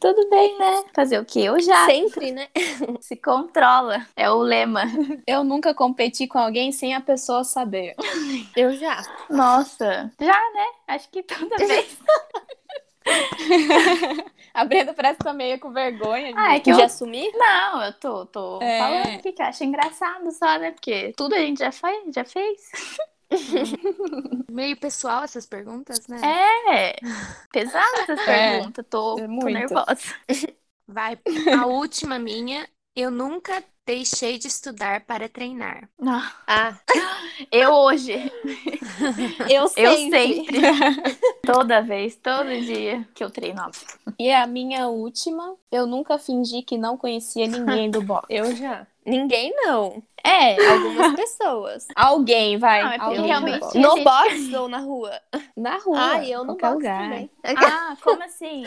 Speaker 3: Tudo bem, né? Fazer o quê? Eu já.
Speaker 5: Sempre, né?
Speaker 3: Se controla. É o lema.
Speaker 1: Eu nunca competi com alguém sem a pessoa saber.
Speaker 5: Eu já.
Speaker 3: Nossa. Já, né? Acho que toda vez.
Speaker 1: A Brenda parece que tá meio com vergonha.
Speaker 3: Ah, é
Speaker 1: gente.
Speaker 3: que eu
Speaker 5: De assumir?
Speaker 3: Não, eu tô, tô
Speaker 1: É.
Speaker 3: falando aqui que eu acho engraçado só, né? Porque tudo a gente já, faz, já fez.
Speaker 4: Meio pessoal essas perguntas, né?
Speaker 3: É. Pesado essas
Speaker 1: É.
Speaker 3: perguntas. Tô,
Speaker 1: É
Speaker 3: tô
Speaker 1: muito.
Speaker 3: nervosa.
Speaker 4: Vai, a última minha. Eu nunca deixei de estudar para treinar.
Speaker 3: Não,
Speaker 5: Ah,
Speaker 3: Eu hoje.
Speaker 5: eu
Speaker 3: Eu
Speaker 5: sempre.
Speaker 3: sempre. Toda vez, todo dia que eu treino.
Speaker 1: E a minha última, eu nunca fingi que não conhecia ninguém do box.
Speaker 5: Eu já. Ninguém não.
Speaker 1: É,
Speaker 5: Algumas pessoas.
Speaker 1: alguém vai.
Speaker 3: Não, é porque
Speaker 1: alguém do
Speaker 3: realmente-
Speaker 1: box.
Speaker 3: Tinha
Speaker 5: No
Speaker 3: gente-
Speaker 5: box ou na rua?
Speaker 1: Na rua.
Speaker 5: ah, eu no
Speaker 1: qualquer
Speaker 5: box
Speaker 1: lugar.
Speaker 5: também.
Speaker 3: Ah, como assim?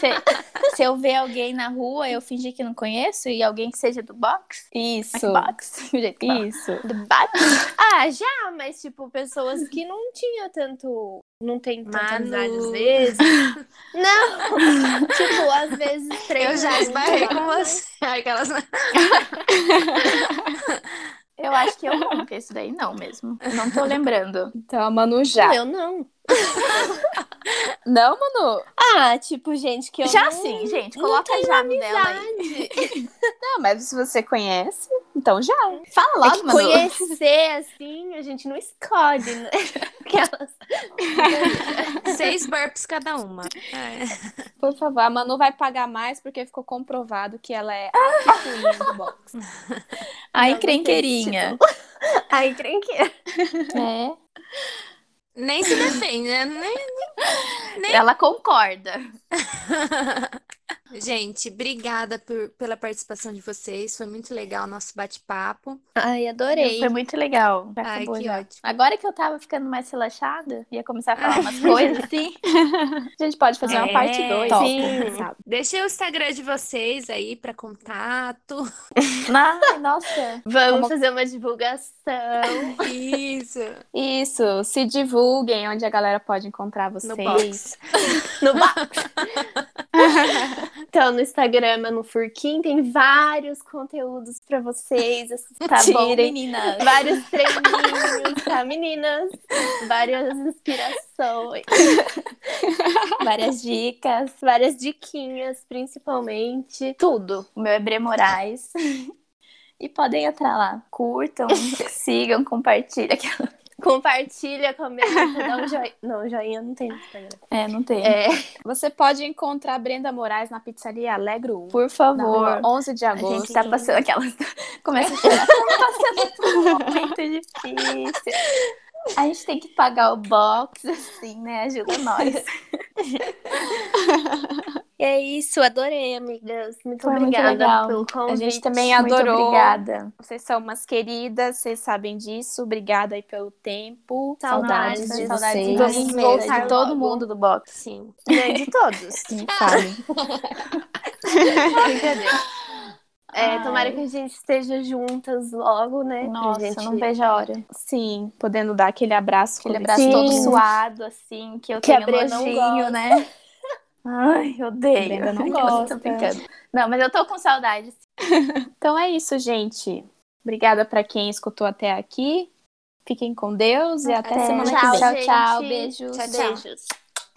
Speaker 3: se, se eu ver alguém na rua, eu fingir que não conheço e alguém que seja do box?
Speaker 1: Isso.
Speaker 3: Box? Do jeito que fala.
Speaker 1: Isso.
Speaker 5: Ah, já, mas tipo, pessoas que não tinha tanto não tem tanta
Speaker 4: Manu.
Speaker 5: amizade às vezes. não! tipo, às vezes um três.
Speaker 4: Eu já
Speaker 5: vezes,
Speaker 4: esbarrei
Speaker 5: sabe?
Speaker 4: com você. Aquelas...
Speaker 3: Eu acho que eu não, porque isso daí não mesmo. Não tô lembrando.
Speaker 1: Então a Manu
Speaker 5: Não,
Speaker 1: já.
Speaker 5: eu não.
Speaker 1: Não, Manu?
Speaker 5: Ah, tipo, gente que eu
Speaker 1: já
Speaker 5: não...
Speaker 1: sim, gente.
Speaker 5: não
Speaker 1: Coloca
Speaker 5: tenho
Speaker 1: já no dela aí. Não, mas se você conhece, então já. Fala
Speaker 5: É
Speaker 1: logo,
Speaker 5: que
Speaker 1: Manu.
Speaker 5: conhecer, assim, a gente não escolhe, né? Aquelas...
Speaker 4: Seis burps cada uma. É.
Speaker 1: Por favor, a Manu vai pagar mais porque ficou comprovado que ela é a picuinha do box.
Speaker 3: A
Speaker 5: Não, não
Speaker 3: encrenqueirinha.
Speaker 5: Ai, crenqueira.
Speaker 1: É.
Speaker 4: Nem se defende, né? Nem...
Speaker 3: Ela concorda.
Speaker 4: Gente, obrigada por- pela participação de vocês. Foi muito legal o nosso bate-papo.
Speaker 5: Ai, adorei.
Speaker 3: Foi muito legal. Já
Speaker 4: Ai,
Speaker 3: acabou
Speaker 4: que
Speaker 3: já.
Speaker 4: ótimo.
Speaker 3: né? Agora que eu tava ficando mais relaxada, ia começar a falar umas coisas assim. A gente pode fazer uma
Speaker 4: É,
Speaker 3: parte 2.
Speaker 4: top.
Speaker 5: Sim.
Speaker 4: Deixei o Instagram de vocês aí para contato.
Speaker 3: Ai, nossa.
Speaker 5: Vamos
Speaker 1: Como-
Speaker 5: fazer uma divulgação.
Speaker 4: Isso.
Speaker 1: Isso, se divulguem onde a galera pode encontrar vocês.
Speaker 4: No box.
Speaker 5: No box. então, no Instagram, Manu Furquim, tem vários conteúdos pra vocês. Tá bom,
Speaker 1: Tirem.
Speaker 5: meninas? Vários treininhos, tá, meninas? Várias inspirações. várias dicas, várias diquinhas, principalmente. Tudo.
Speaker 3: O meu é Bre Moraes. E podem entrar lá. Curtam, sigam, compartilhem.
Speaker 5: Compartilha, comenta, dá um joinha. Não, joinha não tem no Instagram.
Speaker 3: É, não tem.
Speaker 5: É,
Speaker 1: Você pode encontrar Brenda Moraes na pizzaria Alegro 1.
Speaker 3: Por
Speaker 1: na
Speaker 3: favor.
Speaker 1: rua 11 de
Speaker 5: A gente
Speaker 1: agosto.
Speaker 5: tá passando aquelas.
Speaker 3: Começa a chorar. Tá passando por um momento difícil. A gente tem que pagar o box, assim, né? Ajuda nós.
Speaker 5: É isso, adorei, amigas. Muito
Speaker 3: Foi muito
Speaker 5: obrigada
Speaker 3: legal.
Speaker 5: pelo
Speaker 1: A
Speaker 5: convite.
Speaker 1: gente também
Speaker 3: Muito
Speaker 1: adorou.
Speaker 3: obrigada.
Speaker 1: Vocês são umas queridas, vocês sabem disso. Obrigada aí pelo tempo.
Speaker 5: Saudades
Speaker 1: Saudades,
Speaker 5: de
Speaker 1: saudades
Speaker 5: vocês.
Speaker 1: de
Speaker 5: Vamos
Speaker 1: vocês.
Speaker 5: voltar
Speaker 1: de todo
Speaker 5: logo.
Speaker 1: mundo do box.
Speaker 4: Sim.
Speaker 5: Né, de todos.
Speaker 1: Sim, sabe?
Speaker 5: Brincadeira. É,
Speaker 3: Ai.
Speaker 5: tomara que a gente esteja juntas logo, né? pra
Speaker 3: Nossa,
Speaker 5: gente...
Speaker 3: não vejo a hora.
Speaker 1: Sim, podendo dar aquele abraço,
Speaker 3: Aquele
Speaker 1: aquele
Speaker 3: abraço
Speaker 5: Sim.
Speaker 3: todo suado, assim, que eu
Speaker 5: Que a
Speaker 3: tenho
Speaker 5: Bria não
Speaker 3: nojinho,
Speaker 5: gosta.
Speaker 3: né? Ai, eu odeio.
Speaker 1: Brenda não
Speaker 3: Aquelas-
Speaker 1: gosta.
Speaker 3: Tô brincando. Não, mas eu tô com saudade.
Speaker 1: Então é isso, gente. Obrigada para quem escutou até aqui. Fiquei com Deus e até
Speaker 4: Até.
Speaker 1: semana
Speaker 4: Tchau,
Speaker 1: que vem.
Speaker 5: gente.
Speaker 3: É, tchau, tchau. Beijos.
Speaker 4: Tchau, tchau.
Speaker 5: Beijos.